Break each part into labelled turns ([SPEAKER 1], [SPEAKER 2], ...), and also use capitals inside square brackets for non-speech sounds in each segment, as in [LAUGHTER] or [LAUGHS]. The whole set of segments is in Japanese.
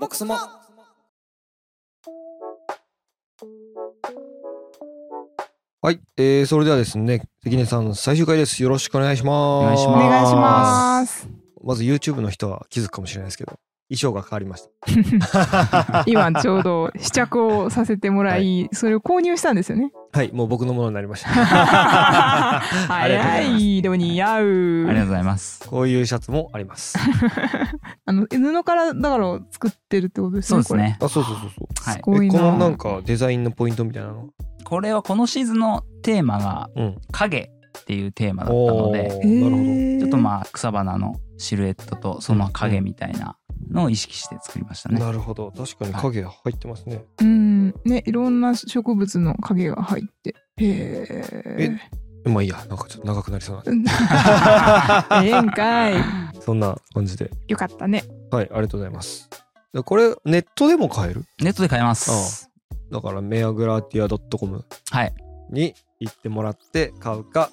[SPEAKER 1] ボックスも
[SPEAKER 2] はい、えー、それではですね、関根さん最終回です。よろしくお願いします。
[SPEAKER 3] お
[SPEAKER 4] お願
[SPEAKER 3] 願
[SPEAKER 4] い
[SPEAKER 3] い
[SPEAKER 4] し
[SPEAKER 3] し
[SPEAKER 4] ま。
[SPEAKER 3] ます
[SPEAKER 2] まず YouTube の人は気づくかもしれないですけど、衣装が変わりました。
[SPEAKER 4] 今ちょうど試着をさせてもらい、それを購入したんで
[SPEAKER 3] [LAUGHS]
[SPEAKER 4] すよね。
[SPEAKER 2] はい、もう僕のものになりました。
[SPEAKER 4] [LAUGHS]
[SPEAKER 3] ありがとうござ
[SPEAKER 4] 早
[SPEAKER 3] います
[SPEAKER 4] い、でも似合
[SPEAKER 3] ありがとう
[SPEAKER 4] う。
[SPEAKER 3] ございます。
[SPEAKER 2] こういうシャツもあります。
[SPEAKER 4] あの布からだから作ってるってことです
[SPEAKER 3] そう
[SPEAKER 4] ね。
[SPEAKER 3] ですね。
[SPEAKER 2] あ、そうそうそうそう。
[SPEAKER 3] はい。
[SPEAKER 4] これ。すご
[SPEAKER 2] え
[SPEAKER 4] い
[SPEAKER 2] このな
[SPEAKER 4] な。
[SPEAKER 2] んかデザインのポイントみたいなの。
[SPEAKER 3] これはこのシーズンのテーマが
[SPEAKER 2] うん。
[SPEAKER 3] 影っていうテーマだったので、
[SPEAKER 2] ーなるほど。
[SPEAKER 3] ちょっと
[SPEAKER 4] あ
[SPEAKER 3] まあ草花のシルエットとその影みたいなのを意識して作りましたね。
[SPEAKER 2] なるほど確かに影入ってますね、
[SPEAKER 4] うんねいろんな植物の影が入って。へえ。
[SPEAKER 2] まあいいやなんかちょっと長くなりそうなんで
[SPEAKER 4] [LAUGHS] ええんかい。
[SPEAKER 2] そんな感じで
[SPEAKER 4] よかったね。
[SPEAKER 2] はいありがとうございますでこれネットでも買える
[SPEAKER 3] ネットで買えます。
[SPEAKER 2] だからメアグラティア .com
[SPEAKER 3] はい
[SPEAKER 2] に行ってもらって買うか、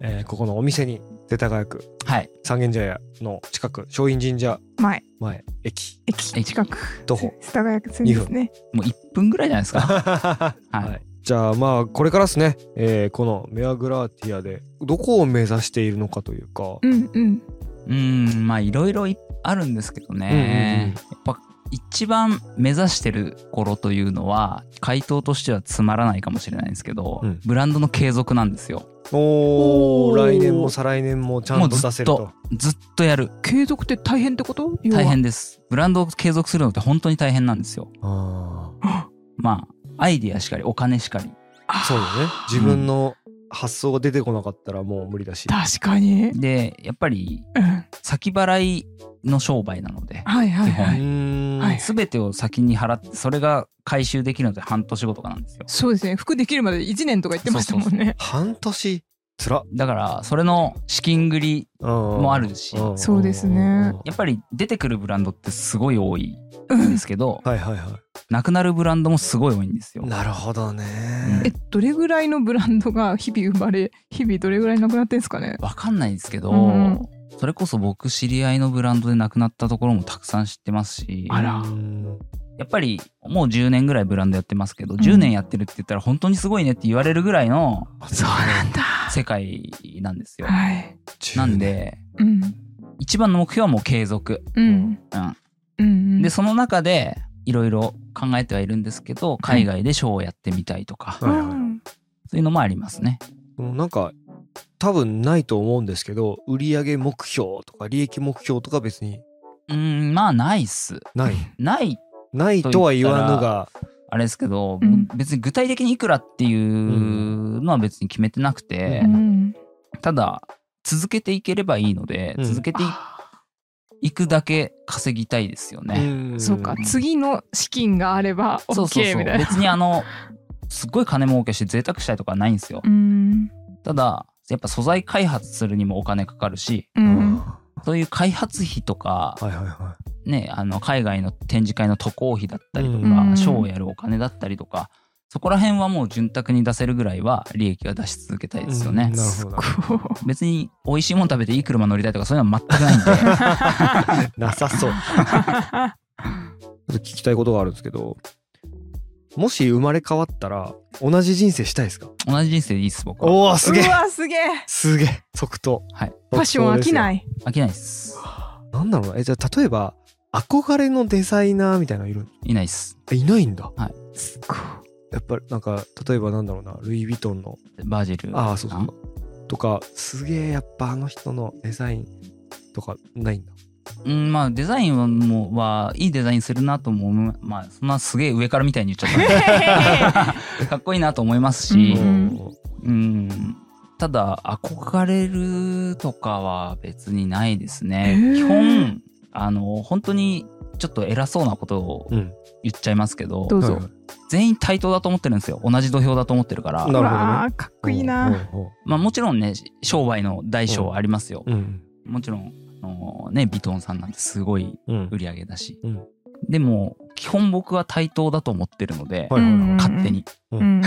[SPEAKER 2] えーここのお店に世田谷区
[SPEAKER 3] はい。
[SPEAKER 2] 三軒茶屋の近く松陰神社
[SPEAKER 4] 前
[SPEAKER 2] 前駅
[SPEAKER 4] 駅近く。
[SPEAKER 2] 徒歩
[SPEAKER 4] 世田谷線ですね。
[SPEAKER 3] もう1分ぐらいじゃないですか。
[SPEAKER 2] は
[SPEAKER 3] [LAUGHS] はい
[SPEAKER 2] い、じゃあまあこれからですね、えーこのメアグラティアでどこを目指しているのかというか、
[SPEAKER 4] うんうん。
[SPEAKER 3] うん、まあいろいろいあるんですけどね。やっぱ一番目指してる頃というのは回答としてはつまらないかもしれないんですけど、
[SPEAKER 2] うん
[SPEAKER 3] ブランドの継続なんですよ。
[SPEAKER 2] おお
[SPEAKER 4] おー
[SPEAKER 2] 来年も再来年もちゃんと出せる
[SPEAKER 3] も
[SPEAKER 2] と
[SPEAKER 3] ずっとやる。
[SPEAKER 4] 継続って大変ってこと？要は
[SPEAKER 3] 大。変です。ブランドを継続するのって本当に大変なんですよ。
[SPEAKER 2] あ
[SPEAKER 3] まあ、アイディアしかり、お金しかり。
[SPEAKER 2] あそうだね自分の発想が出てこなかったらもう無理だし、
[SPEAKER 4] 確かに。
[SPEAKER 3] で、やっぱり、
[SPEAKER 4] うん。は
[SPEAKER 3] 先払いの商売なので、
[SPEAKER 4] いはい
[SPEAKER 3] 基本
[SPEAKER 4] は
[SPEAKER 2] う
[SPEAKER 4] い。
[SPEAKER 2] ーん、
[SPEAKER 4] はい
[SPEAKER 3] すべてを先に払って、それが回収できるのって半年後とかなんですよ。
[SPEAKER 4] そうですね。服できるまで1年とか言ってましたもんね。
[SPEAKER 2] 半年つら
[SPEAKER 3] だから、それの資金繰り、
[SPEAKER 2] も
[SPEAKER 3] あるし
[SPEAKER 4] そうですね
[SPEAKER 3] やっぱり出てくるブランドってすごい多いんですけど、
[SPEAKER 2] はいはいは
[SPEAKER 3] なくなるブランドもすごい多いんですよ
[SPEAKER 2] い。なるほどね、
[SPEAKER 3] うん
[SPEAKER 4] え、どれぐらいのブランドが日々生まれ、日々どれぐらいなくなってんですかね。
[SPEAKER 3] わかんないですけど、
[SPEAKER 4] うん
[SPEAKER 3] それこそ僕知り合いのブランドでなくなったところもたくさん知ってますし、
[SPEAKER 4] あら
[SPEAKER 2] うん
[SPEAKER 3] やっぱりもう10年ぐらいブランドやってますけど、10年やってるって言ったら本当にすごいねって言われるぐらいの
[SPEAKER 4] そうなんだ。
[SPEAKER 3] 世界なんですよ。
[SPEAKER 4] はい。
[SPEAKER 3] なんで、
[SPEAKER 4] うん。
[SPEAKER 3] 一番の目標はもう継続。
[SPEAKER 4] うん。
[SPEAKER 3] うん
[SPEAKER 4] うん。
[SPEAKER 3] で、その中でいろいろ考えてはいるんですけど、海外でショーをやってみたいとか、
[SPEAKER 2] は
[SPEAKER 4] う
[SPEAKER 2] いはい
[SPEAKER 4] ん。
[SPEAKER 3] そういうのもありますね。
[SPEAKER 2] うんなんか多分ないと思うんですけど売上目標とか利益目標とか別に
[SPEAKER 3] うーん、まあないっす。
[SPEAKER 2] ない
[SPEAKER 3] ない、
[SPEAKER 2] ないとは言わぬが
[SPEAKER 3] あれですけど、
[SPEAKER 4] うん
[SPEAKER 3] 別に具体的にいくらっていうのは別に決めてなくて、
[SPEAKER 4] うん。
[SPEAKER 3] ただ、続けていければいいので、
[SPEAKER 2] うん
[SPEAKER 3] 続けていいくだけ稼ぎたいですよね。
[SPEAKER 2] ん
[SPEAKER 4] そうか。次の資金があれば
[SPEAKER 3] そうそう
[SPEAKER 4] OK
[SPEAKER 3] そう
[SPEAKER 4] みたいな。
[SPEAKER 3] 別にあのすっごい金儲けして贅沢したいとかないんですよ
[SPEAKER 4] うん。
[SPEAKER 3] ただやっぱ素材開発するにもお金かかるし
[SPEAKER 4] う
[SPEAKER 2] うん
[SPEAKER 4] ん。
[SPEAKER 2] は
[SPEAKER 3] そういう開発費とか
[SPEAKER 2] い、はいは
[SPEAKER 3] ね、あの海外の展示会の渡航費だったりとか、
[SPEAKER 4] うん
[SPEAKER 3] ショーをやるお金だったりとかそこら辺はもう潤沢に出せるぐらいは利益は出し続けたい
[SPEAKER 2] い
[SPEAKER 3] ですよね、
[SPEAKER 2] うんなるほどな
[SPEAKER 4] こ
[SPEAKER 3] 別に美味しいもの食べていい車乗りたいとかそういうのは全くないんで
[SPEAKER 2] なさ [LAUGHS] そう。ちょっと聞きたいことがあるんですけど、もし生まれ変わったら、同じ人生したいですか
[SPEAKER 3] 同じ人生でいいっす僕は
[SPEAKER 2] おお、
[SPEAKER 4] う。
[SPEAKER 2] すげ
[SPEAKER 4] う
[SPEAKER 2] え
[SPEAKER 4] わ、すげえ。
[SPEAKER 2] すげえ即答。。
[SPEAKER 3] はい
[SPEAKER 4] ファッション飽きないい。
[SPEAKER 3] 飽きないっす
[SPEAKER 2] なんだろうな。え、じゃあ例えば、憧れのデザイナーみたいなのいる
[SPEAKER 3] いないっす
[SPEAKER 2] えいないんだ。
[SPEAKER 4] すごい
[SPEAKER 2] やっぱりなんか、例えばなんだろうな、ルイ・ヴィトンの、
[SPEAKER 3] バージル
[SPEAKER 2] ああ、そうそ
[SPEAKER 3] さ
[SPEAKER 2] うんそう。とか、すげえやっぱあの人のデザインとかないんだ。
[SPEAKER 3] うん、まあデザインはもうはいいデザインするなとも思うまあそんなすげえ上からみたいに言っちゃ
[SPEAKER 4] [LAUGHS]
[SPEAKER 3] ったかっこいいなと思いますし
[SPEAKER 4] う、ん
[SPEAKER 3] うん、ただ憧れるとかは別にないですね
[SPEAKER 4] へー
[SPEAKER 3] 基本あの本当にちょっと偉そうなことを
[SPEAKER 2] うん。うん
[SPEAKER 3] 言っちゃいますけど
[SPEAKER 4] どう
[SPEAKER 2] はい
[SPEAKER 4] ぞ
[SPEAKER 2] はい。
[SPEAKER 3] 全員対等だと思ってるんですよ同じ土俵だと思ってるか
[SPEAKER 2] な
[SPEAKER 3] ら
[SPEAKER 2] るほどね
[SPEAKER 4] わあ、かっこいいな。。
[SPEAKER 2] おうおう
[SPEAKER 3] まあもちろんね商売の大小はありますよ
[SPEAKER 2] おううん。
[SPEAKER 3] もちろんあのねビトンさんなんてすごい
[SPEAKER 2] うん。
[SPEAKER 3] 売り上げだし、
[SPEAKER 2] うん
[SPEAKER 3] でも基本僕は対等だと思ってるので、
[SPEAKER 2] はいはいはい
[SPEAKER 3] 勝手に、
[SPEAKER 4] うん。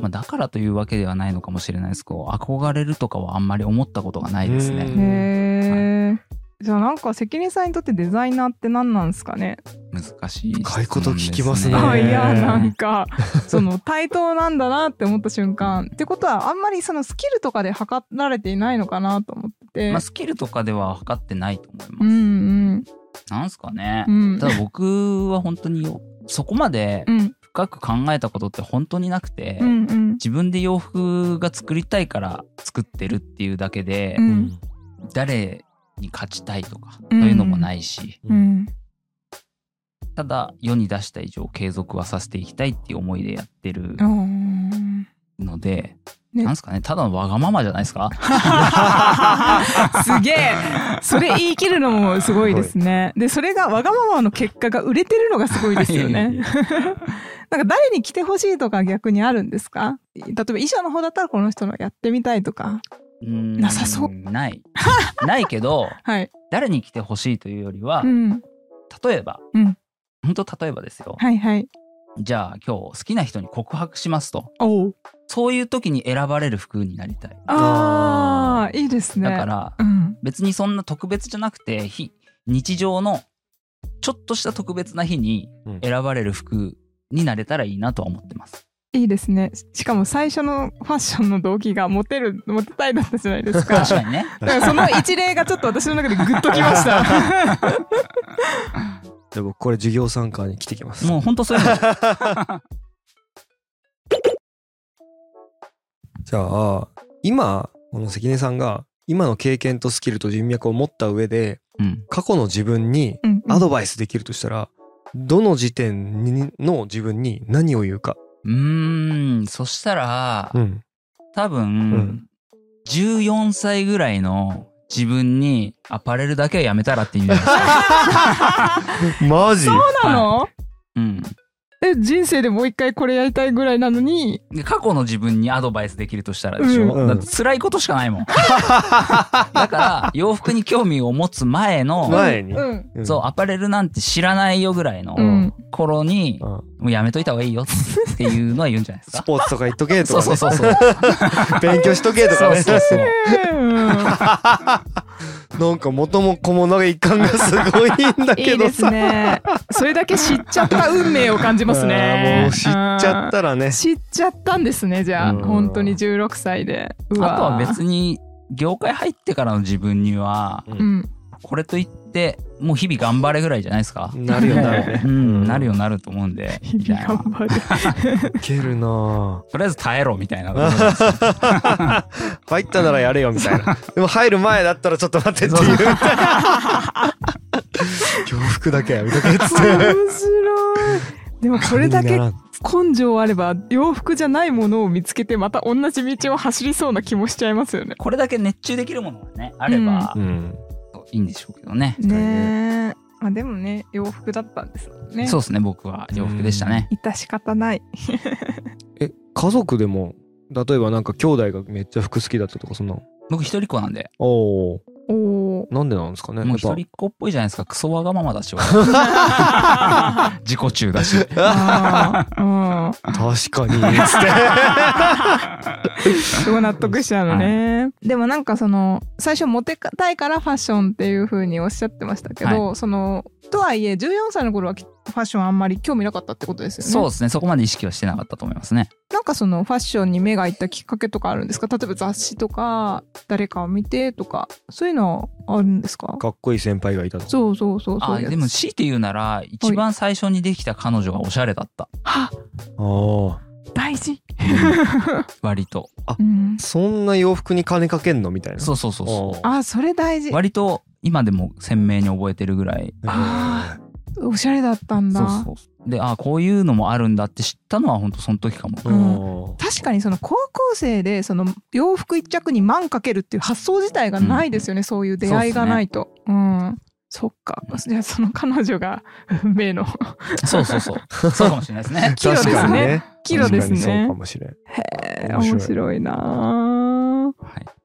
[SPEAKER 3] まあ、だからというわけではないのかもしれないですけど憧れるとかはあんまり思ったことがないです
[SPEAKER 2] う
[SPEAKER 3] ね
[SPEAKER 2] ん
[SPEAKER 4] へえ。じゃあなんか関根さんにとってデザイナーって何なんですかね
[SPEAKER 3] 難しい質問です、ね。
[SPEAKER 2] 深いこと聞きますね
[SPEAKER 4] あい
[SPEAKER 2] へ
[SPEAKER 4] や
[SPEAKER 2] ー
[SPEAKER 4] なんかその対等なんだなって思った瞬間ってことはあんまりそのスキルとかで測られていないのかなと思ってて、
[SPEAKER 3] まあ、スキルとかでは測ってないと思います。
[SPEAKER 4] うん
[SPEAKER 3] なんすかね
[SPEAKER 4] うんう。ん
[SPEAKER 3] ただ僕は本当によそこまで
[SPEAKER 4] うん
[SPEAKER 3] 深く考えたことって本当になくて、
[SPEAKER 4] うんうん
[SPEAKER 3] 自分で洋服が作りたいから作ってるっていうだけで、
[SPEAKER 4] う
[SPEAKER 2] うんん
[SPEAKER 3] 誰に勝ちたいとか、
[SPEAKER 4] うん
[SPEAKER 3] そういうのもないし、
[SPEAKER 4] うん
[SPEAKER 3] ただ世に出した以上継続はさせていきたいっていう思いでやってる
[SPEAKER 4] うん
[SPEAKER 3] ので、
[SPEAKER 4] ね
[SPEAKER 3] なんすかね、ただのわがままじゃないです
[SPEAKER 4] [LAUGHS]
[SPEAKER 3] か。
[SPEAKER 4] すげえそれ言い切るのもすごいですねでそれがわがままの結果が売れてるのがすごいですよ [LAUGHS]
[SPEAKER 3] いやい
[SPEAKER 4] ね
[SPEAKER 3] やいや
[SPEAKER 4] なんか誰に来てほしいとか逆にあるんですか例えば衣装の方だったらこの人のやってみたいとかな
[SPEAKER 3] な
[SPEAKER 4] さそう
[SPEAKER 3] ない。ないけど、
[SPEAKER 4] はい
[SPEAKER 3] 誰に来てほしいというよりは、
[SPEAKER 4] うん
[SPEAKER 3] 例えば、
[SPEAKER 4] うん
[SPEAKER 3] 本当例えばですよ、
[SPEAKER 4] はいはい
[SPEAKER 3] じゃあ今日好きな人に告白しますと
[SPEAKER 4] おう
[SPEAKER 3] そういう時に選ばれる服になりたい、
[SPEAKER 4] ああいいですね
[SPEAKER 3] だから
[SPEAKER 4] うん
[SPEAKER 3] 別にそんな特別じゃなくて日日常のちょっとした特別な日に
[SPEAKER 2] うん
[SPEAKER 3] 選ばれる服になれたらいいなとは思ってます、
[SPEAKER 4] いいですねしかも最初のファッションの動機がモテるモテたいだったじゃないです
[SPEAKER 3] [LAUGHS]
[SPEAKER 4] か
[SPEAKER 3] 確か
[SPEAKER 2] [LAUGHS]
[SPEAKER 3] にね
[SPEAKER 4] だからその一例がちょっと私の中でグッときました
[SPEAKER 2] で僕これ授業参観に来てきます。
[SPEAKER 3] [LAUGHS] もう本当そういうの
[SPEAKER 2] [LAUGHS] じゃあ今この関根さんが今の経験とスキルと人脈を持った上で
[SPEAKER 3] うん
[SPEAKER 2] 過去の自分に
[SPEAKER 4] うんうん
[SPEAKER 2] アドバイスできるとしたら、どの時点にの自分に何を言うか。
[SPEAKER 3] うーんそしたら
[SPEAKER 2] うん。
[SPEAKER 3] 多分、
[SPEAKER 2] うん
[SPEAKER 3] 14歳ぐらいの自分にアパレルだけはやめたらって言うんじゃないですか、
[SPEAKER 2] マジ
[SPEAKER 4] そうなの
[SPEAKER 3] うん、
[SPEAKER 4] え人生でもう一回これやりたいぐらいなのに
[SPEAKER 3] で過去の自分にアドバイスできるとしたらでしょ、
[SPEAKER 2] うん
[SPEAKER 3] だって辛いことしかな
[SPEAKER 2] [LAUGHS]
[SPEAKER 3] いもんだから洋服に興味を持つ前の、
[SPEAKER 2] 前に。
[SPEAKER 4] うん
[SPEAKER 2] うん
[SPEAKER 3] そうアパレルなんて知らないよぐらいの
[SPEAKER 4] うん
[SPEAKER 3] 頃に、
[SPEAKER 2] うん
[SPEAKER 3] もうやめといた方がいいよっていうのは言うんじゃないで
[SPEAKER 2] ス
[SPEAKER 3] すか
[SPEAKER 2] ポーツとか行っとけと
[SPEAKER 3] [LAUGHS] そう
[SPEAKER 2] か、
[SPEAKER 3] そう
[SPEAKER 2] ね、
[SPEAKER 3] そうそう
[SPEAKER 2] 勉強しとけとかね
[SPEAKER 3] そうそうそう
[SPEAKER 2] なんか元も子もない一貫がすごいんだ
[SPEAKER 4] い
[SPEAKER 2] け
[SPEAKER 4] いで
[SPEAKER 2] ど
[SPEAKER 4] す
[SPEAKER 2] さ
[SPEAKER 4] ねそれだけ知っちゃった運命を感じます
[SPEAKER 2] あー
[SPEAKER 4] ね
[SPEAKER 2] もう知っちゃっ
[SPEAKER 4] うん
[SPEAKER 2] たらね
[SPEAKER 4] 知っちゃったんですねじゃあ
[SPEAKER 2] うん
[SPEAKER 4] 本当に16歳でうわ
[SPEAKER 3] あとは別に業界入ってからの自分には
[SPEAKER 2] う
[SPEAKER 4] うん
[SPEAKER 3] これといってもう日々頑張れぐらいじゃないですか、
[SPEAKER 2] なるよなるね
[SPEAKER 3] うん、なるよなると思うんで
[SPEAKER 4] 日
[SPEAKER 3] みたいな
[SPEAKER 4] 々頑張る
[SPEAKER 2] いけるな
[SPEAKER 3] とりあえず耐えろみたいな [LAUGHS]
[SPEAKER 2] ぁ入ったならやれよみたい [LAUGHS] なでも入る前だったらちょっと待ってって [LAUGHS] いう洋服だけやめとけっつっ
[SPEAKER 4] 面
[SPEAKER 2] て
[SPEAKER 4] 白いでもこれだけ
[SPEAKER 2] ならん
[SPEAKER 4] 根性あれば洋服じゃないものを見つけてまた同じ道を走りそうな気もしちゃいますよね。
[SPEAKER 3] これだけ熱中できるものがねあれば
[SPEAKER 2] うん
[SPEAKER 3] いいんでしょうけどね、
[SPEAKER 4] ねえ。まあでもね洋服だったんですもんね。
[SPEAKER 3] そうですね僕は洋服でしたね、
[SPEAKER 4] 致し方ない。
[SPEAKER 2] え家族でも例えばなんか兄弟がめっちゃ服好きだったとかそんなの
[SPEAKER 3] 僕一人っ子なんで
[SPEAKER 2] おお
[SPEAKER 4] おお。
[SPEAKER 2] なんでなんですかね
[SPEAKER 3] も
[SPEAKER 2] や
[SPEAKER 3] う一
[SPEAKER 2] っぱ
[SPEAKER 3] 人っ子っぽいじゃないですかクソわがままだし俺自己中だし
[SPEAKER 4] あ
[SPEAKER 3] [LAUGHS]
[SPEAKER 4] あ、
[SPEAKER 2] 確か [LAUGHS] につって
[SPEAKER 4] うん。すごい納得しちゃうのね。でもなんかその最初モテたいからファッションっていう風におっしゃってましたけど、そのとはいえ14歳の頃はきファッションあんまり興味なかったってことですよね。
[SPEAKER 3] そうですねそこまで意識はしてなかったと思いますね
[SPEAKER 4] なんかそのファッションに目がいったきっかけとかあるんですか例えば雑誌とか誰かを見てとかそういうのはあるんですか
[SPEAKER 2] かっこいい先輩がいたとか
[SPEAKER 4] そうそうそうそう
[SPEAKER 3] あ
[SPEAKER 4] いうやつ
[SPEAKER 3] でも強いて言うなら一番最初にできた彼女がおしゃれだった
[SPEAKER 2] あ
[SPEAKER 4] は大事、
[SPEAKER 3] 割と
[SPEAKER 4] うん
[SPEAKER 2] あ、そんな洋服に金かけんのみたいな
[SPEAKER 3] そうそうそうそ
[SPEAKER 2] あ
[SPEAKER 4] あそれ大
[SPEAKER 3] う
[SPEAKER 4] 事
[SPEAKER 3] 割と今でも鮮明に覚えてるぐらい
[SPEAKER 4] あおしゃれだったんだ
[SPEAKER 3] そうそうそうであこういうのもあるんだって知ったのは本当その時かも
[SPEAKER 2] ーうん
[SPEAKER 4] 確かにその高校生でその洋服一着に万かけるっていう発想自体がないですよね、そういう出会いがないとうんそっかじゃあその彼女が運
[SPEAKER 2] [LAUGHS]
[SPEAKER 4] 命の
[SPEAKER 3] そうそうそうそうかもしれないですね
[SPEAKER 4] キロですね
[SPEAKER 2] 確かにね
[SPEAKER 4] 岐路です
[SPEAKER 2] 確かに
[SPEAKER 4] ね
[SPEAKER 2] そうかもしれん
[SPEAKER 4] へー
[SPEAKER 2] 面白い
[SPEAKER 4] 面白いなあ
[SPEAKER 3] はい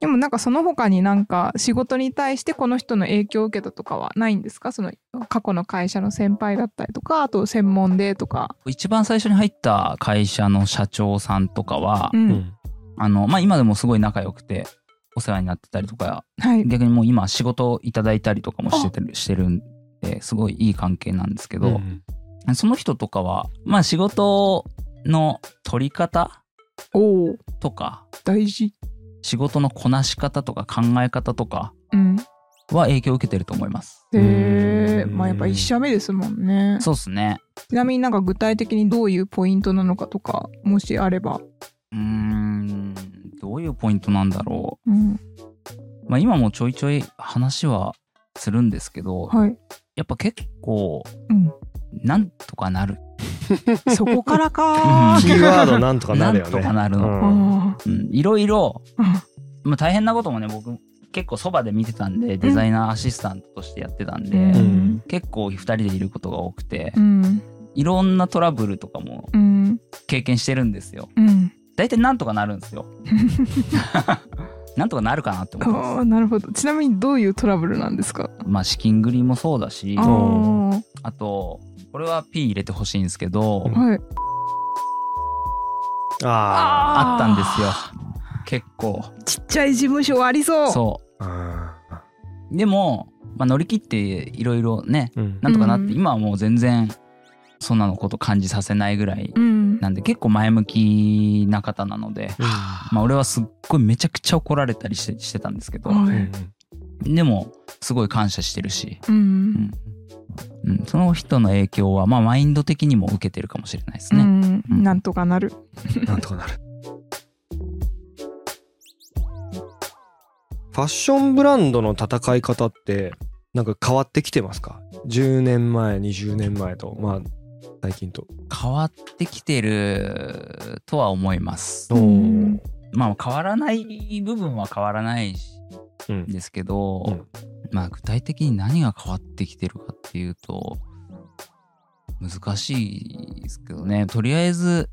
[SPEAKER 4] でもなんかその他になんか仕事に対してこの人の影響を受けたとかはないんですかその過去の会社の先輩だったりとかあと専門でとか。
[SPEAKER 3] 一番最初に入った会社の社長さんとかは、
[SPEAKER 4] うん
[SPEAKER 2] うん
[SPEAKER 3] あのまあ、今でもすごい仲良くてお世話になってたりとか、
[SPEAKER 4] はい。
[SPEAKER 3] 逆にもう今仕事をいただいたりとかもしててるしてるんで、すごいいい関係なんですけど、
[SPEAKER 2] うん
[SPEAKER 3] その人とかは、まあ仕事の取り方
[SPEAKER 4] おお、
[SPEAKER 3] とか、
[SPEAKER 4] 大事。
[SPEAKER 3] 仕事のこなし方とか考え方とか
[SPEAKER 4] うん。
[SPEAKER 3] は影響を受けてると思います。
[SPEAKER 4] へえ、
[SPEAKER 2] うん
[SPEAKER 4] まあやっぱ一社目ですもんね。
[SPEAKER 3] そうですね。
[SPEAKER 4] ちなみになんか具体的にどういうポイントなのかとか、もしあれば。
[SPEAKER 3] うーん、どういうポイントなんだろ
[SPEAKER 4] うん。
[SPEAKER 3] う。まあ今もちょいちょい話はするんですけど、
[SPEAKER 4] はい。
[SPEAKER 3] やっぱ結構、
[SPEAKER 4] うん
[SPEAKER 3] なんとかなる。
[SPEAKER 4] そこからか。
[SPEAKER 2] キーワードなんとかな
[SPEAKER 3] な
[SPEAKER 2] る
[SPEAKER 3] ん
[SPEAKER 2] よ
[SPEAKER 3] と
[SPEAKER 2] ね。
[SPEAKER 3] かなる
[SPEAKER 2] う
[SPEAKER 3] の。
[SPEAKER 2] ん
[SPEAKER 4] あ
[SPEAKER 3] うんいろいろ、
[SPEAKER 4] あ。
[SPEAKER 3] まあ、大変なこともね、僕結構そばで見てたんで、デザイナーアシスタントとしてやってたんで、
[SPEAKER 4] うん
[SPEAKER 2] うん
[SPEAKER 3] 結構2人でいることが多くて
[SPEAKER 4] う、ん。
[SPEAKER 3] いろんなトラブルとかも
[SPEAKER 4] うん。
[SPEAKER 3] 経験してるんですよ。
[SPEAKER 4] うん。
[SPEAKER 3] 大体なんとかなるんですよ。なんとかなるかなって思って
[SPEAKER 4] あ
[SPEAKER 3] ま
[SPEAKER 4] あ、なるほど。ちなみにどういうトラブルなんですか。
[SPEAKER 3] す。まあ資金繰りもそうだし、
[SPEAKER 4] ああ。は
[SPEAKER 3] あと、これは P 入れてほしいんですけど、
[SPEAKER 2] うん
[SPEAKER 4] い。
[SPEAKER 2] あ
[SPEAKER 3] あったんですよ。結構。
[SPEAKER 4] ちっちゃい事務所ありそう。
[SPEAKER 3] そ
[SPEAKER 2] あ。
[SPEAKER 3] う。でも、まあ、乗り切っていろいろね、
[SPEAKER 2] うん
[SPEAKER 3] なんとかなって、
[SPEAKER 4] うん
[SPEAKER 3] 今はもう全然、そんなのこと感じさせないぐらい、
[SPEAKER 4] うん。
[SPEAKER 3] なんで結構前向きな方なので、まあ俺はすっごいめちゃくちゃ怒られたりしてしてたんですけど、
[SPEAKER 2] う
[SPEAKER 4] はい。
[SPEAKER 2] ん
[SPEAKER 3] でも、すごい感謝してるし、
[SPEAKER 4] う。
[SPEAKER 3] うんんうん、その人の影響は、まあ、マインド的にも受けてるかもしれないです
[SPEAKER 4] う
[SPEAKER 3] ね。
[SPEAKER 4] ん。なんとかなる。
[SPEAKER 2] なんとかなる。ファッションブランドの戦い方ってなんか変わってきてますか10年前20年前とまあ最近と
[SPEAKER 3] 変わってきてるとは思います。
[SPEAKER 4] うん
[SPEAKER 3] まあ、変わらない部分は変わらないし
[SPEAKER 2] うん
[SPEAKER 3] ですけど、
[SPEAKER 2] うん
[SPEAKER 3] まあ、具体的に何が変わってきてるかっていうと、難しいですけどね。とりあえず、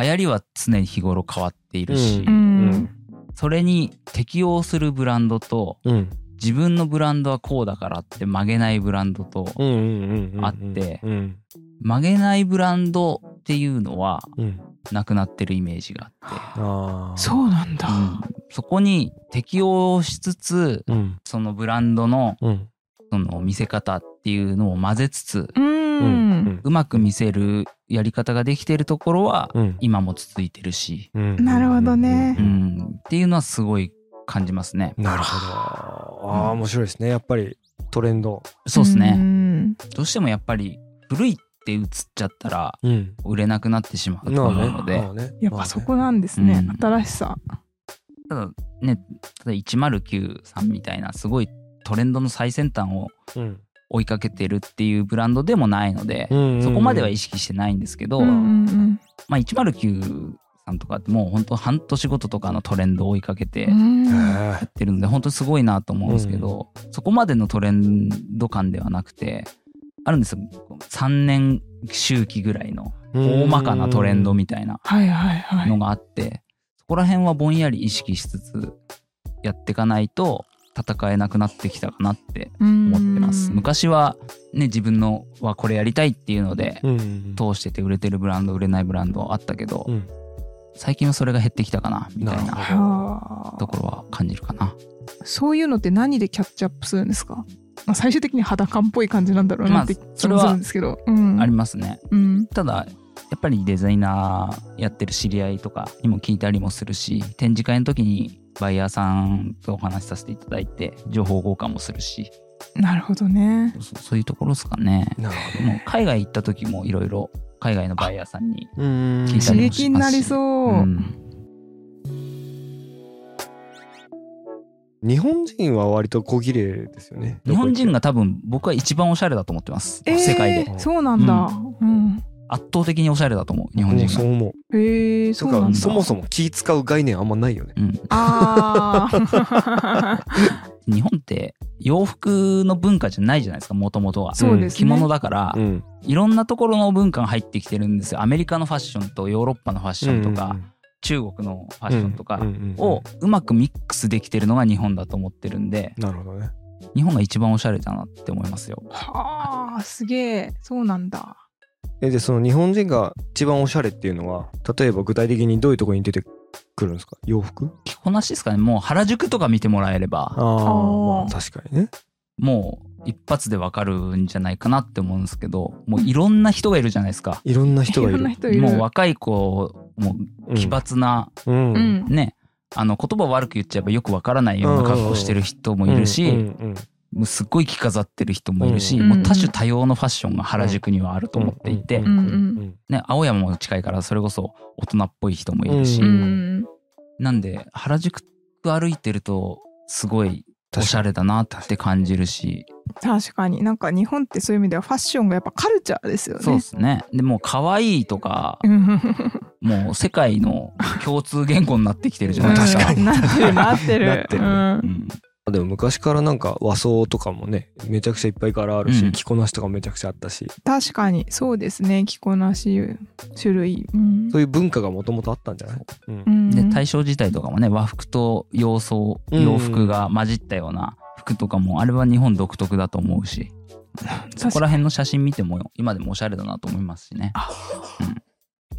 [SPEAKER 3] 流行りは常に日頃変わっているし、
[SPEAKER 4] うん
[SPEAKER 3] それに適応するブランドと、
[SPEAKER 2] うん
[SPEAKER 3] 自分のブランドはこうだからって曲げないブランドと、
[SPEAKER 2] うんうんうんうん
[SPEAKER 3] あって
[SPEAKER 2] うん
[SPEAKER 3] 曲げないブランドっていうのは
[SPEAKER 2] うん
[SPEAKER 3] なくなってるイメージがあって、
[SPEAKER 2] ああ
[SPEAKER 4] そうなんだ。
[SPEAKER 3] うんそこに適応しつつ
[SPEAKER 2] うん
[SPEAKER 3] そのブランドの
[SPEAKER 2] うん
[SPEAKER 3] その見せ方っていうのを混ぜつつ
[SPEAKER 4] う。
[SPEAKER 2] うん
[SPEAKER 3] うまく見せるやり方ができてるところは
[SPEAKER 2] うん
[SPEAKER 3] 今も続いてるし、
[SPEAKER 2] うん
[SPEAKER 4] なるほどね
[SPEAKER 3] う。ん、っていうのはすごい感じますね。
[SPEAKER 2] なるほどああ面白いですねやっぱりトレンド
[SPEAKER 3] そうですね、
[SPEAKER 4] ね。
[SPEAKER 3] どうしてもやっぱり古いって映っちゃったら
[SPEAKER 2] うん
[SPEAKER 3] 売れなくなってしまうと
[SPEAKER 2] な
[SPEAKER 3] 思う
[SPEAKER 2] る
[SPEAKER 3] の
[SPEAKER 2] ほ
[SPEAKER 3] で、
[SPEAKER 2] どね
[SPEAKER 4] やっぱそこなんですね
[SPEAKER 3] う。ん
[SPEAKER 4] 新しさ。
[SPEAKER 3] ただね、ただ109さんみたいなすごいトレンドの最先端を
[SPEAKER 2] うん
[SPEAKER 3] 追いかけてるっていうブランドでもないので、
[SPEAKER 2] うん
[SPEAKER 3] そこまでは意識してないんですけど、
[SPEAKER 4] うんうんうん
[SPEAKER 3] まあ109さんとかってもう本当半年ごととかのトレンドを追いかけて
[SPEAKER 4] う
[SPEAKER 3] や
[SPEAKER 4] ん
[SPEAKER 2] へえ
[SPEAKER 3] ってるので、本当にすごいなと思うんですけど、そこまでのトレンド感ではなくて、あるんですよ。3年周期ぐらいの大まかなトレンドみたいな
[SPEAKER 4] はいはいはい
[SPEAKER 3] の。があって、そこら辺はぼんやり意識しつつやっていかないと戦えなくなってきたかなって思
[SPEAKER 4] 思
[SPEAKER 3] ってます。昔はね、自分のはこれやりたいっていうので、
[SPEAKER 2] うんうん
[SPEAKER 3] 通してて売れてるブランド、売れないブランドあったけど、
[SPEAKER 2] うん
[SPEAKER 3] 最近はそれが減ってきたかな、みたい
[SPEAKER 2] なる
[SPEAKER 3] な
[SPEAKER 2] ほ
[SPEAKER 4] は
[SPEAKER 3] ところは感じるかな。
[SPEAKER 4] あそういうのって何でキャッチアップするんですか、まあ、最終的に裸っぽい感じなんだろうなって
[SPEAKER 3] まあ
[SPEAKER 4] 気もするんですけど、うん、
[SPEAKER 3] ありますね。
[SPEAKER 4] うん
[SPEAKER 3] ただ、やっぱりデザイナーやってる知り合いとかにも聞いたりもするし、展示会の時にバイヤーさんとお話しさせていただいて、情報交換もするし、
[SPEAKER 4] なるほどね
[SPEAKER 3] そそういうところですかね。
[SPEAKER 2] なるほど
[SPEAKER 3] もう海外行った時もいろいろ海外のバイヤーさんに。
[SPEAKER 2] うん
[SPEAKER 3] 聞いた
[SPEAKER 4] 刺
[SPEAKER 3] り
[SPEAKER 4] 激になりそう、
[SPEAKER 3] うん
[SPEAKER 2] 日本人は割と小綺麗ですよね
[SPEAKER 3] 日本人
[SPEAKER 2] が
[SPEAKER 3] が多分僕は一番おしゃれだと思ってます。
[SPEAKER 4] えー
[SPEAKER 3] 世界で。
[SPEAKER 4] そうなんだ、うん
[SPEAKER 3] 圧倒的におしゃれだと思う、日本人
[SPEAKER 2] そ
[SPEAKER 3] が。
[SPEAKER 2] う思う
[SPEAKER 4] へえー、
[SPEAKER 2] そ
[SPEAKER 4] そうなんだ
[SPEAKER 2] そもそも気使う概念あんまないよね
[SPEAKER 3] うん、
[SPEAKER 4] ああ
[SPEAKER 3] 日本って洋服の文化じゃないじゃないですか、もともと [LAUGHS] は。
[SPEAKER 4] そうです
[SPEAKER 3] 着
[SPEAKER 4] ね
[SPEAKER 3] 物だから、
[SPEAKER 2] ん
[SPEAKER 3] いろんなところの文化が入ってきてるんですよ。アメリカのファッションとヨーロッパのファッションとか、中国のファッションとかをうまくミックスできてるのが日本だと思ってるんで、
[SPEAKER 2] なるほどね
[SPEAKER 3] 日本が一番おしゃれだなって思いますよ。
[SPEAKER 4] はあすげえそうなんだ
[SPEAKER 2] えでその日本人が一番おしゃれっていうのは例えば具体的にどういうところに出てく作るんですか洋服
[SPEAKER 3] 着こなしですかねもう原宿とか見てもらえれば
[SPEAKER 2] ああ、まあ、
[SPEAKER 4] あ
[SPEAKER 2] 確かにね。
[SPEAKER 3] もう一発でわかるんじゃないかなって思うんですけどもういろんな人がいるじゃないですか
[SPEAKER 2] いろんな人がい
[SPEAKER 4] いろんな
[SPEAKER 2] る。
[SPEAKER 4] 人いる
[SPEAKER 3] もう若い子もう奇抜な、
[SPEAKER 2] うん。
[SPEAKER 4] う
[SPEAKER 2] うん
[SPEAKER 4] ん
[SPEAKER 3] ねあの言葉悪く言っちゃえばよくわからないような格好してる人もいるし、
[SPEAKER 2] うんうん
[SPEAKER 3] もうすっごい着飾ってる人もいるし、
[SPEAKER 4] うん
[SPEAKER 3] もう多種多様のファッションが原宿にはあると思っていて、
[SPEAKER 2] うん
[SPEAKER 4] ん
[SPEAKER 2] うん
[SPEAKER 3] ね、青山も近いからそれこそ大人っぽい人もいるし、
[SPEAKER 2] う
[SPEAKER 4] うん
[SPEAKER 3] なんで原宿歩いてるとすごいおしゃれだなって感じるし、
[SPEAKER 4] 確かになんか日本ってそういう意味ではファッションがやっぱカルチャーですよね
[SPEAKER 3] そうですねでもう可愛いとか
[SPEAKER 2] [LAUGHS]
[SPEAKER 4] うん
[SPEAKER 3] もう世界の共通言語になってきてるじゃないですか。
[SPEAKER 2] 確かに
[SPEAKER 4] なってるなってる
[SPEAKER 2] なってる
[SPEAKER 4] うん
[SPEAKER 3] うん
[SPEAKER 2] でも昔からなんか和装とかもねめちゃくちゃいっぱいからあるし、
[SPEAKER 3] うん
[SPEAKER 2] 着こなしとかもめちゃくちゃあったし
[SPEAKER 4] 確かにそうですね着こなし種類、うん
[SPEAKER 2] そういう文化がもともとあったんじゃない、うん
[SPEAKER 4] うん
[SPEAKER 3] で大正時代とかもね和服と洋装
[SPEAKER 2] うん
[SPEAKER 3] 洋服が混じったような服とかもあれは日本独特だと思うしそこら辺の写真見ても今でもおしゃれだなと思いますしね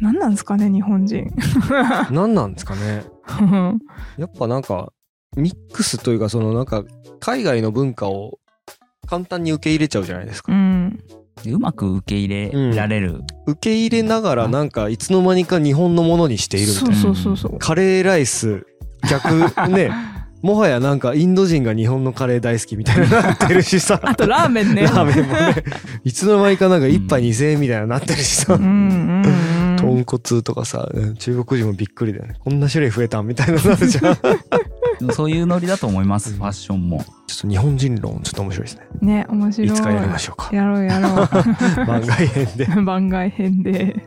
[SPEAKER 4] 何なんですかね日本人 [LAUGHS]
[SPEAKER 2] 何なんですかねやっぱなんかミックスというかそのなんか海外の文化を簡単に受け入れちゃうじゃないですか、
[SPEAKER 4] うん
[SPEAKER 3] でうまく受け入れられる、
[SPEAKER 2] 受け入れながらなんかいつの間にか日本のものにしているみたい
[SPEAKER 4] そ
[SPEAKER 2] な
[SPEAKER 4] うそうそうそう
[SPEAKER 2] カレーライス逆
[SPEAKER 4] [LAUGHS]
[SPEAKER 2] ねもはやなんかインド人が日本のカレー大好きみたいになってるしさ
[SPEAKER 4] [LAUGHS] あとラーメンね
[SPEAKER 2] ラーメンもねいつの間にかなんか一杯2,000円みたいになってるしさ、
[SPEAKER 3] う
[SPEAKER 4] うんうんうん
[SPEAKER 2] 豚骨とかさうん中国人もびっくりだよねこんな種類増えたんみたいなのなるじゃんちょっ
[SPEAKER 3] でもそういうノリだと思います
[SPEAKER 2] うん
[SPEAKER 3] ファッションも
[SPEAKER 2] と日本人論ちょっと面白いですね
[SPEAKER 4] ね面白い
[SPEAKER 2] いつかやりましょうか
[SPEAKER 4] やろうやろ
[SPEAKER 2] 番外編で
[SPEAKER 4] う
[SPEAKER 2] [LAUGHS]
[SPEAKER 4] 番外編で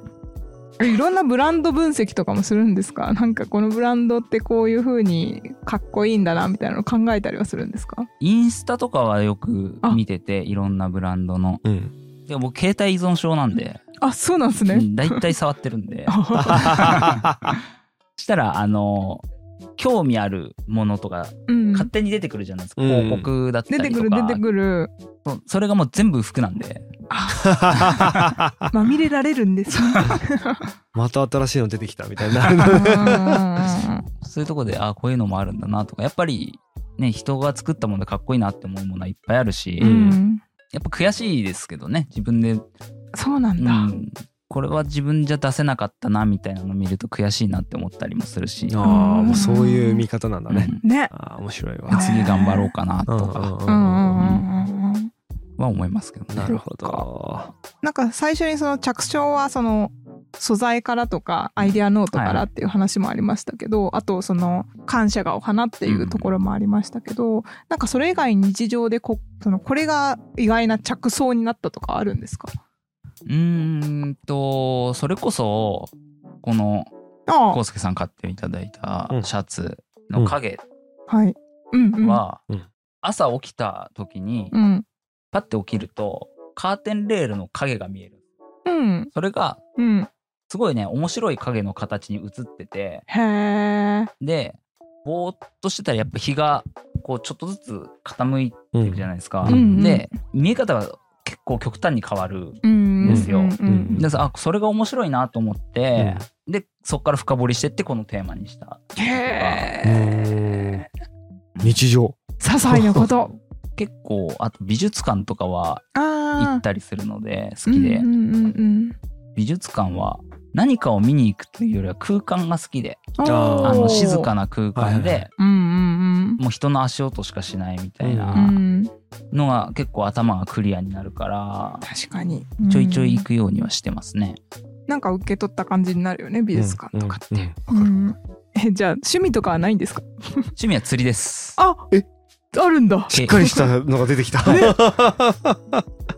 [SPEAKER 4] いろんなブランド分析とかもするんですかなんかこのブランドってこういう風にかっこいいんだなみたいなの考えたりはするんですか
[SPEAKER 3] インスタとかはよく見てていろんなブランドの
[SPEAKER 2] うん
[SPEAKER 3] でも僕携帯依存症なんで
[SPEAKER 4] あそうなんですね、
[SPEAKER 3] うん大体触ってるん
[SPEAKER 4] [LAUGHS]
[SPEAKER 3] でしたらあの興味あるものとか
[SPEAKER 4] うん
[SPEAKER 3] 勝手に出てくるじゃないですか、
[SPEAKER 2] うん
[SPEAKER 3] 広告だった
[SPEAKER 4] 出
[SPEAKER 3] りとか
[SPEAKER 4] てくる出てくる
[SPEAKER 3] そうそれがもう全部服なんで
[SPEAKER 4] まみれられるん [LAUGHS] ですよ
[SPEAKER 2] また新しいの出てきたみたいになる
[SPEAKER 4] [LAUGHS] う
[SPEAKER 2] の
[SPEAKER 4] んうんうん
[SPEAKER 3] そういうとこであこういうのもあるんだなとかやっぱりね人が作ったものでかっこいいなって思うものはいっぱいあるし、
[SPEAKER 2] うん
[SPEAKER 4] うん
[SPEAKER 3] やっぱ悔しいですけどね自分で、
[SPEAKER 4] そうなん
[SPEAKER 3] う
[SPEAKER 4] だ、
[SPEAKER 3] んこれは自分じゃ出せなかったなみたいなの見ると悔しいなって思ったりもするし、
[SPEAKER 2] あーもうそういう見方なんだね、
[SPEAKER 3] うん
[SPEAKER 4] ね
[SPEAKER 2] ああ面白いわ
[SPEAKER 4] うん
[SPEAKER 3] 次頑張ろうかな
[SPEAKER 2] うん
[SPEAKER 3] とか
[SPEAKER 4] うんうんうんうん
[SPEAKER 3] は思いますけどね
[SPEAKER 2] なるほど
[SPEAKER 4] なんか最初にその着想はその素材からとかアイデアノートか
[SPEAKER 3] は
[SPEAKER 4] らっていう話もありましたけど、あとその感謝がお花っていうところもありましたけど、なんかそれ以外に日常でこそのこれが意外な着想になったとかあるんですか
[SPEAKER 3] うーんとそれこそこの
[SPEAKER 4] あ
[SPEAKER 3] 康介さん買っていただいた
[SPEAKER 2] うん
[SPEAKER 3] シャツの影
[SPEAKER 4] あはい。うんうん。
[SPEAKER 3] は
[SPEAKER 2] うんうん
[SPEAKER 3] 朝起きた時に
[SPEAKER 4] うん
[SPEAKER 3] パッて起きるとカーテンレールの影が見える
[SPEAKER 4] うん
[SPEAKER 3] それが
[SPEAKER 4] うん。
[SPEAKER 3] すごいね面白い影の形に映ってて
[SPEAKER 4] へえ。
[SPEAKER 3] でぼーっとしてたらやっぱ日がこうちょっとずつ傾いてるじゃないですか、
[SPEAKER 2] うん
[SPEAKER 4] うん
[SPEAKER 3] で見え方が結構極端に変わる
[SPEAKER 4] うん。
[SPEAKER 3] ですよ
[SPEAKER 4] うんうん
[SPEAKER 3] であそれが面白いなと思って、でそこから深掘りしてってこのテーマにした
[SPEAKER 4] へ
[SPEAKER 2] う
[SPEAKER 4] え。
[SPEAKER 2] ん日常
[SPEAKER 4] 些細なこと。
[SPEAKER 3] 結構あと美術館とかは行
[SPEAKER 4] あ
[SPEAKER 3] っ
[SPEAKER 4] あ。
[SPEAKER 3] たりするので好きで、
[SPEAKER 4] うんうんうんうん。
[SPEAKER 3] 美術館は何かを見に行くというよりは空間が好きで
[SPEAKER 4] あ
[SPEAKER 2] ー
[SPEAKER 3] あの静か
[SPEAKER 4] な。
[SPEAKER 3] な空間で、
[SPEAKER 2] はいはい
[SPEAKER 4] うんうん
[SPEAKER 3] もう人の足音しかしないみたい
[SPEAKER 4] うん。う。
[SPEAKER 3] なんのが結構頭がクリアになるから
[SPEAKER 4] 確かに
[SPEAKER 3] ちょいちょい行くようにはしてますね。
[SPEAKER 4] なんか受け取った感じになるよね美術館とかって、
[SPEAKER 2] うん
[SPEAKER 4] うんえじゃあ趣味とかはないんですか
[SPEAKER 3] 趣味は釣りです。
[SPEAKER 4] あ
[SPEAKER 2] え
[SPEAKER 4] あるんだ
[SPEAKER 2] しっかりしたのが出てきた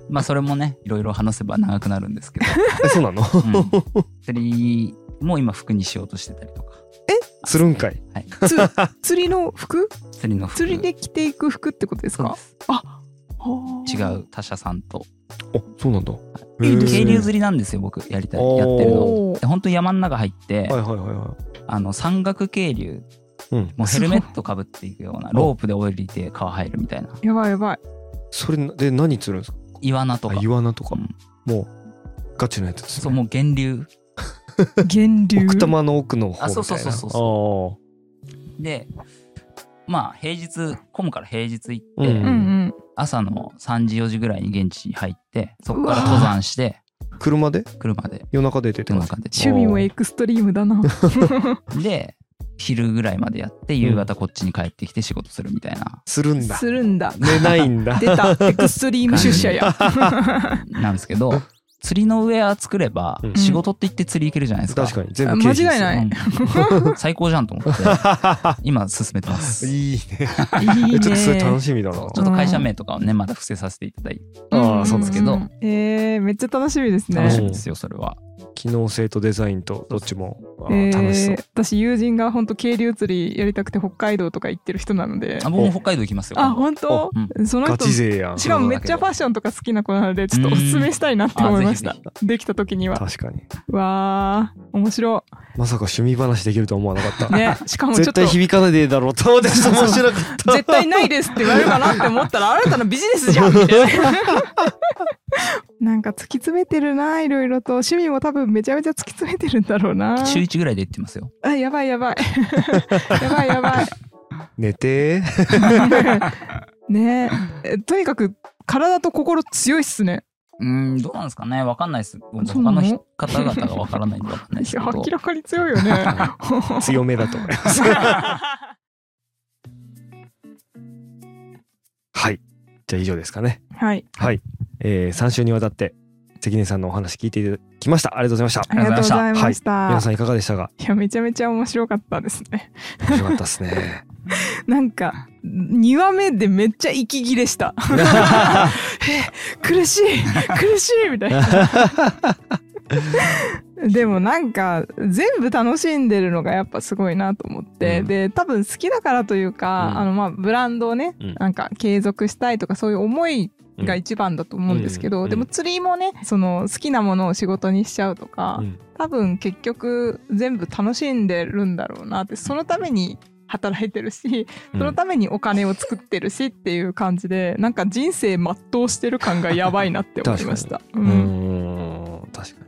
[SPEAKER 3] まあそれもねいろいろ話せば長くなるんですけど、
[SPEAKER 2] [LAUGHS] えそうなの [LAUGHS]
[SPEAKER 3] うん釣りも今服にしようとしてたりとか
[SPEAKER 2] するんかい
[SPEAKER 3] はい
[SPEAKER 4] [LAUGHS] つ釣りの服
[SPEAKER 3] 釣りの服
[SPEAKER 4] 釣りで着ていく服ってことです
[SPEAKER 3] そう
[SPEAKER 4] か
[SPEAKER 3] です
[SPEAKER 4] あは
[SPEAKER 3] 違
[SPEAKER 4] あ
[SPEAKER 3] う他社さんと
[SPEAKER 2] あそうなんだ
[SPEAKER 4] いいですね
[SPEAKER 3] 渓
[SPEAKER 2] へ
[SPEAKER 3] 流
[SPEAKER 2] ー
[SPEAKER 3] 釣りなんですよ僕やりたいやってるの。
[SPEAKER 4] おー
[SPEAKER 3] で本当に山の中入って、
[SPEAKER 2] はいはいはいは
[SPEAKER 3] あの山岳渓流、
[SPEAKER 2] うん
[SPEAKER 3] もうヘルメットかぶっていくようなロープで降りて川入るみたいな
[SPEAKER 4] やばいやば
[SPEAKER 2] い
[SPEAKER 4] い
[SPEAKER 2] それで何釣るんですか
[SPEAKER 3] イワナとか
[SPEAKER 2] あイワナと
[SPEAKER 3] う
[SPEAKER 2] か
[SPEAKER 3] ん
[SPEAKER 2] もうガチのやつです
[SPEAKER 3] そう
[SPEAKER 2] ね
[SPEAKER 3] もう源流
[SPEAKER 4] 源流
[SPEAKER 2] 奥多摩の奥の方みたいな
[SPEAKER 3] あそうそうそうそう
[SPEAKER 2] そ
[SPEAKER 3] でまあ平日混むから平日行って、
[SPEAKER 2] うん
[SPEAKER 4] うんうん
[SPEAKER 3] 朝の3時4時ぐらいに現地に入ってそこから登山して
[SPEAKER 2] 車で
[SPEAKER 3] 車で
[SPEAKER 2] 夜中で出て
[SPEAKER 3] 夜
[SPEAKER 2] ます
[SPEAKER 3] 中で
[SPEAKER 4] 趣味もエクストリームだ [LAUGHS] な
[SPEAKER 3] で昼ぐらいまでやって夕方こっちに帰ってきて仕事するみたいな、
[SPEAKER 2] するんだ
[SPEAKER 4] するんだ
[SPEAKER 2] 寝ないんだ
[SPEAKER 4] [LAUGHS] 出たエクストリーム出社 [LAUGHS] や
[SPEAKER 3] なんですけど釣りのウェア作れば
[SPEAKER 2] うん
[SPEAKER 3] 仕事って言って釣り行けるじゃないですか、
[SPEAKER 2] 確かに全部経
[SPEAKER 4] 間
[SPEAKER 2] 費で
[SPEAKER 4] 違い
[SPEAKER 2] すよ
[SPEAKER 4] ない [LAUGHS]
[SPEAKER 3] うん最高じゃんと思って今進めてますち
[SPEAKER 2] いいね
[SPEAKER 4] いいね
[SPEAKER 2] ちょっとそれ楽しみだな
[SPEAKER 3] ょっと会社名とかをねまだ伏せさせていただいて
[SPEAKER 2] ああそうですけ
[SPEAKER 3] ど
[SPEAKER 4] んえーめっちゃ楽しみです
[SPEAKER 3] 楽し
[SPEAKER 4] ね
[SPEAKER 3] みですよそれは
[SPEAKER 2] 機能性とデザインとどっちもあ
[SPEAKER 4] え
[SPEAKER 2] ー楽しそう
[SPEAKER 4] ー私友人が本当渓流釣りやりたくて北海道とか行ってる人なので
[SPEAKER 3] あ僕も北海道行きますよ
[SPEAKER 4] あ本当その
[SPEAKER 2] ガ
[SPEAKER 4] 人
[SPEAKER 2] チ勢やん
[SPEAKER 4] しかもめっちゃファッションとか好きな子なのでちょっとおすすめしたいなって思いまし
[SPEAKER 3] あ
[SPEAKER 4] た
[SPEAKER 3] ぜ
[SPEAKER 4] できた時には
[SPEAKER 2] 確かに
[SPEAKER 4] わー面白
[SPEAKER 2] まさか趣味話できるとは思わなか [LAUGHS] った
[SPEAKER 4] ねしかもちょっ
[SPEAKER 2] 絶
[SPEAKER 4] と
[SPEAKER 2] 対響かないでだろうと思ってちょっと面白かった
[SPEAKER 4] 絶対ないですって言われるかなって思ったら新たなビジネスじゃんみたいななんか突き詰めてるないろいろと趣味も多分めちゃめちゃ突き詰めてるんだろうな
[SPEAKER 3] 週1ぐらいで行ってますよ
[SPEAKER 4] あやばいやばい [LAUGHS] やばいやばい
[SPEAKER 2] [LAUGHS] 寝てー
[SPEAKER 4] [LAUGHS] ねええとにかく体と心強いっすね
[SPEAKER 3] うーんどうなんですかねわかんないです僕
[SPEAKER 4] そ
[SPEAKER 3] 他
[SPEAKER 4] うなの
[SPEAKER 3] の人方々がわからないんでわかんないで
[SPEAKER 4] い
[SPEAKER 3] すけ
[SPEAKER 4] や
[SPEAKER 3] ど
[SPEAKER 4] 明らかに強いよ [LAUGHS] ね
[SPEAKER 2] 強めだと思い [LAUGHS] ますはいじゃあ以上ですかね
[SPEAKER 4] はい
[SPEAKER 2] はい、えー、3週にわたって関根さんのお話聞いていただきましたありがとうございました
[SPEAKER 4] ありがとうございました、
[SPEAKER 2] 皆さんいかがでしたか
[SPEAKER 4] いやめちゃめちゃ面白かったですね
[SPEAKER 2] 面白かったです
[SPEAKER 4] [LAUGHS]
[SPEAKER 2] ね
[SPEAKER 4] なんか2話目でめっちゃ息切れした
[SPEAKER 2] [LAUGHS]
[SPEAKER 4] え苦しい苦しいみ
[SPEAKER 2] [LAUGHS]
[SPEAKER 4] たいなでもなんか全部楽しんでるのがやっぱすごいなと思って、
[SPEAKER 2] うん
[SPEAKER 4] で多分好きだからというか、
[SPEAKER 2] うん
[SPEAKER 4] あのまあブランドをね、
[SPEAKER 2] うん
[SPEAKER 4] なんか継続したいとかそういう思いが一番だと思うんですけど、
[SPEAKER 2] うん
[SPEAKER 4] でも釣りもねその好きなものを仕事にしちゃうとか、
[SPEAKER 2] うん
[SPEAKER 4] 多分結局全部楽しんでるんだろうなってそのために働いてるし
[SPEAKER 2] う
[SPEAKER 4] そ
[SPEAKER 2] ん
[SPEAKER 4] のためにお金を作ってるしっていう感じでなんか人生全うしてる感がやばいなって思いました。う
[SPEAKER 2] うんーん確かに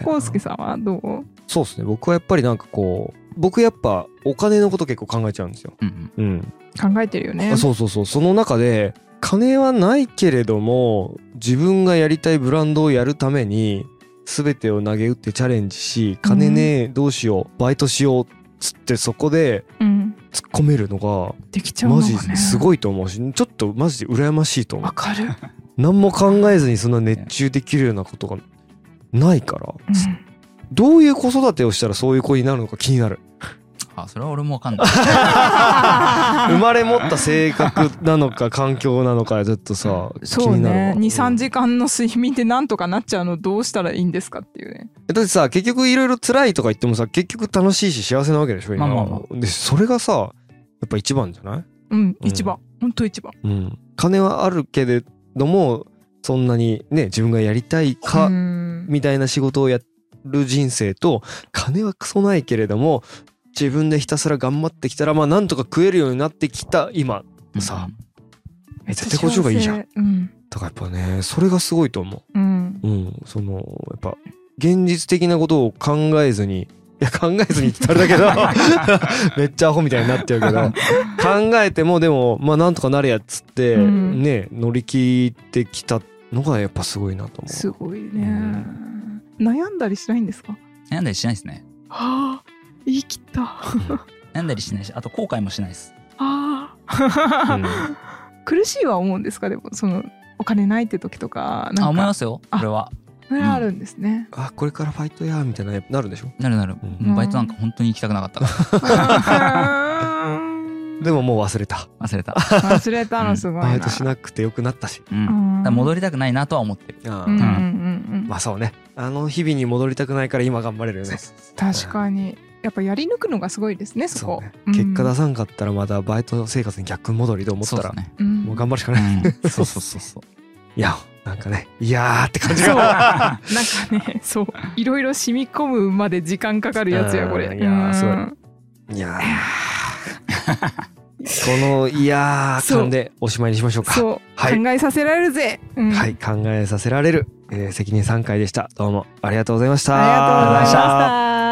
[SPEAKER 2] な
[SPEAKER 4] コウスケさんはどう
[SPEAKER 2] そうですね僕はやっぱりなんかこう僕やっぱお金のこと結構考えちゃうんですよ、
[SPEAKER 3] うん
[SPEAKER 2] うん、
[SPEAKER 4] 考えてるよね。
[SPEAKER 2] そうそうそうその中で金はないけれども自分がやりたいブランドをやるために全てを投げ打ってチャレンジし金ねえどうしようバイトしようっつってそこで
[SPEAKER 4] うん、
[SPEAKER 2] 突っ込めるのが
[SPEAKER 4] できちゃうの
[SPEAKER 2] マ
[SPEAKER 4] がね
[SPEAKER 2] ジすごいと思うしちょっとマジで羨ましいと思
[SPEAKER 4] わ
[SPEAKER 2] う
[SPEAKER 4] かる、
[SPEAKER 2] 何も考えずにそんな熱中できるようなことがないから
[SPEAKER 4] うん
[SPEAKER 2] どういう子育てをしたらそういう子になるのか気になる
[SPEAKER 3] あそれは俺もわかんない
[SPEAKER 4] [LAUGHS]
[SPEAKER 2] 生まれ持った性格なのか環境なのかちょっとさ気
[SPEAKER 4] そう
[SPEAKER 2] になるわ
[SPEAKER 4] ね23
[SPEAKER 2] うん
[SPEAKER 4] 時間の睡眠でなんとかなっちゃうのどうしたらいいんですかっていうね。
[SPEAKER 2] だってさ結局いろいろ辛いとか言ってもさ結局楽しいし幸せなわけでしょ今、
[SPEAKER 3] まあまあま
[SPEAKER 2] でそれがさやっぱ一番じゃない、
[SPEAKER 4] うん、
[SPEAKER 2] うん
[SPEAKER 4] 一番本当一番。
[SPEAKER 2] うん、金はあるけれどもそんなにね自分がやりたいか、
[SPEAKER 4] うん
[SPEAKER 2] みたいな仕事をやる人生と金はクソないけれども自分でひたすら頑張ってきたらまあなんとか食えるようになってきた今さ
[SPEAKER 3] うん
[SPEAKER 2] え絶対こっちの方がいいじゃん
[SPEAKER 4] 幸せうん
[SPEAKER 2] だからやっぱねそれがすごいと思う
[SPEAKER 4] うん、
[SPEAKER 2] うん、そのやっぱ現実的なことを考えずにいや考えずにって言ったらあれだけど
[SPEAKER 4] [LAUGHS]
[SPEAKER 2] めっちゃアホみたいになっちゃうけど考えてもでもまあなんとかなるやっつって、
[SPEAKER 4] うん
[SPEAKER 2] ね乗り切ってきたのがやっぱすごいなと思
[SPEAKER 4] すごいね、
[SPEAKER 2] うん
[SPEAKER 4] 悩んだりしないんですか
[SPEAKER 3] 悩んだりしないですね
[SPEAKER 4] はあ言い切ったは
[SPEAKER 3] 悩んだりしないしあと後悔もしないです
[SPEAKER 4] あ、
[SPEAKER 2] う、
[SPEAKER 4] 苦しいは思うんですかでもそのお金ないって時とかなんか
[SPEAKER 3] あ思いますよ
[SPEAKER 4] あ
[SPEAKER 3] これは
[SPEAKER 4] それはあるんで
[SPEAKER 2] [LAUGHS]
[SPEAKER 4] すね、
[SPEAKER 2] あこれからファイトやみたいななるでしょ
[SPEAKER 3] なるなる、
[SPEAKER 2] うん
[SPEAKER 3] もうバイトなんか本当に行きたくなか
[SPEAKER 4] [LAUGHS]
[SPEAKER 3] ったか
[SPEAKER 2] でももう忘れた
[SPEAKER 3] ら忘れた、
[SPEAKER 4] 忘れたのすごいな、
[SPEAKER 2] バイトしなくてよくなったし、
[SPEAKER 3] うん、だから戻りたくないなとは思ってる
[SPEAKER 2] あー
[SPEAKER 4] うんうんうんうん
[SPEAKER 2] まあそうねあの日々に戻りたくないから今頑張れるよね
[SPEAKER 4] 確かにやっぱやり抜くのがすごいですねそ
[SPEAKER 2] そ
[SPEAKER 4] こ
[SPEAKER 2] うね、
[SPEAKER 4] うん
[SPEAKER 2] 結果出さんかったらまたバイト生活に逆戻りと思っ
[SPEAKER 3] そ
[SPEAKER 2] たら
[SPEAKER 3] うですね、
[SPEAKER 4] うん
[SPEAKER 2] もう頑張るしか
[SPEAKER 3] う
[SPEAKER 2] ない、
[SPEAKER 3] ん、そうそう
[SPEAKER 4] [LAUGHS]
[SPEAKER 3] そうそう
[SPEAKER 2] いやなんかねいやーって感じ
[SPEAKER 4] そう
[SPEAKER 2] が
[SPEAKER 4] なんかねそういろいろ染み込むまで時間かかるやつやこれ
[SPEAKER 2] うんいやー
[SPEAKER 4] うん
[SPEAKER 2] すごいいや
[SPEAKER 4] [LAUGHS]
[SPEAKER 2] ーこのいやー感でおしまいにしましょうか
[SPEAKER 4] そう、
[SPEAKER 2] はい
[SPEAKER 4] 考えさせられるぜ、うん
[SPEAKER 2] はい考えさせられるえー関根さん会でした。どうもありがとうございました。
[SPEAKER 4] ありがとうございまし
[SPEAKER 3] あ
[SPEAKER 4] た。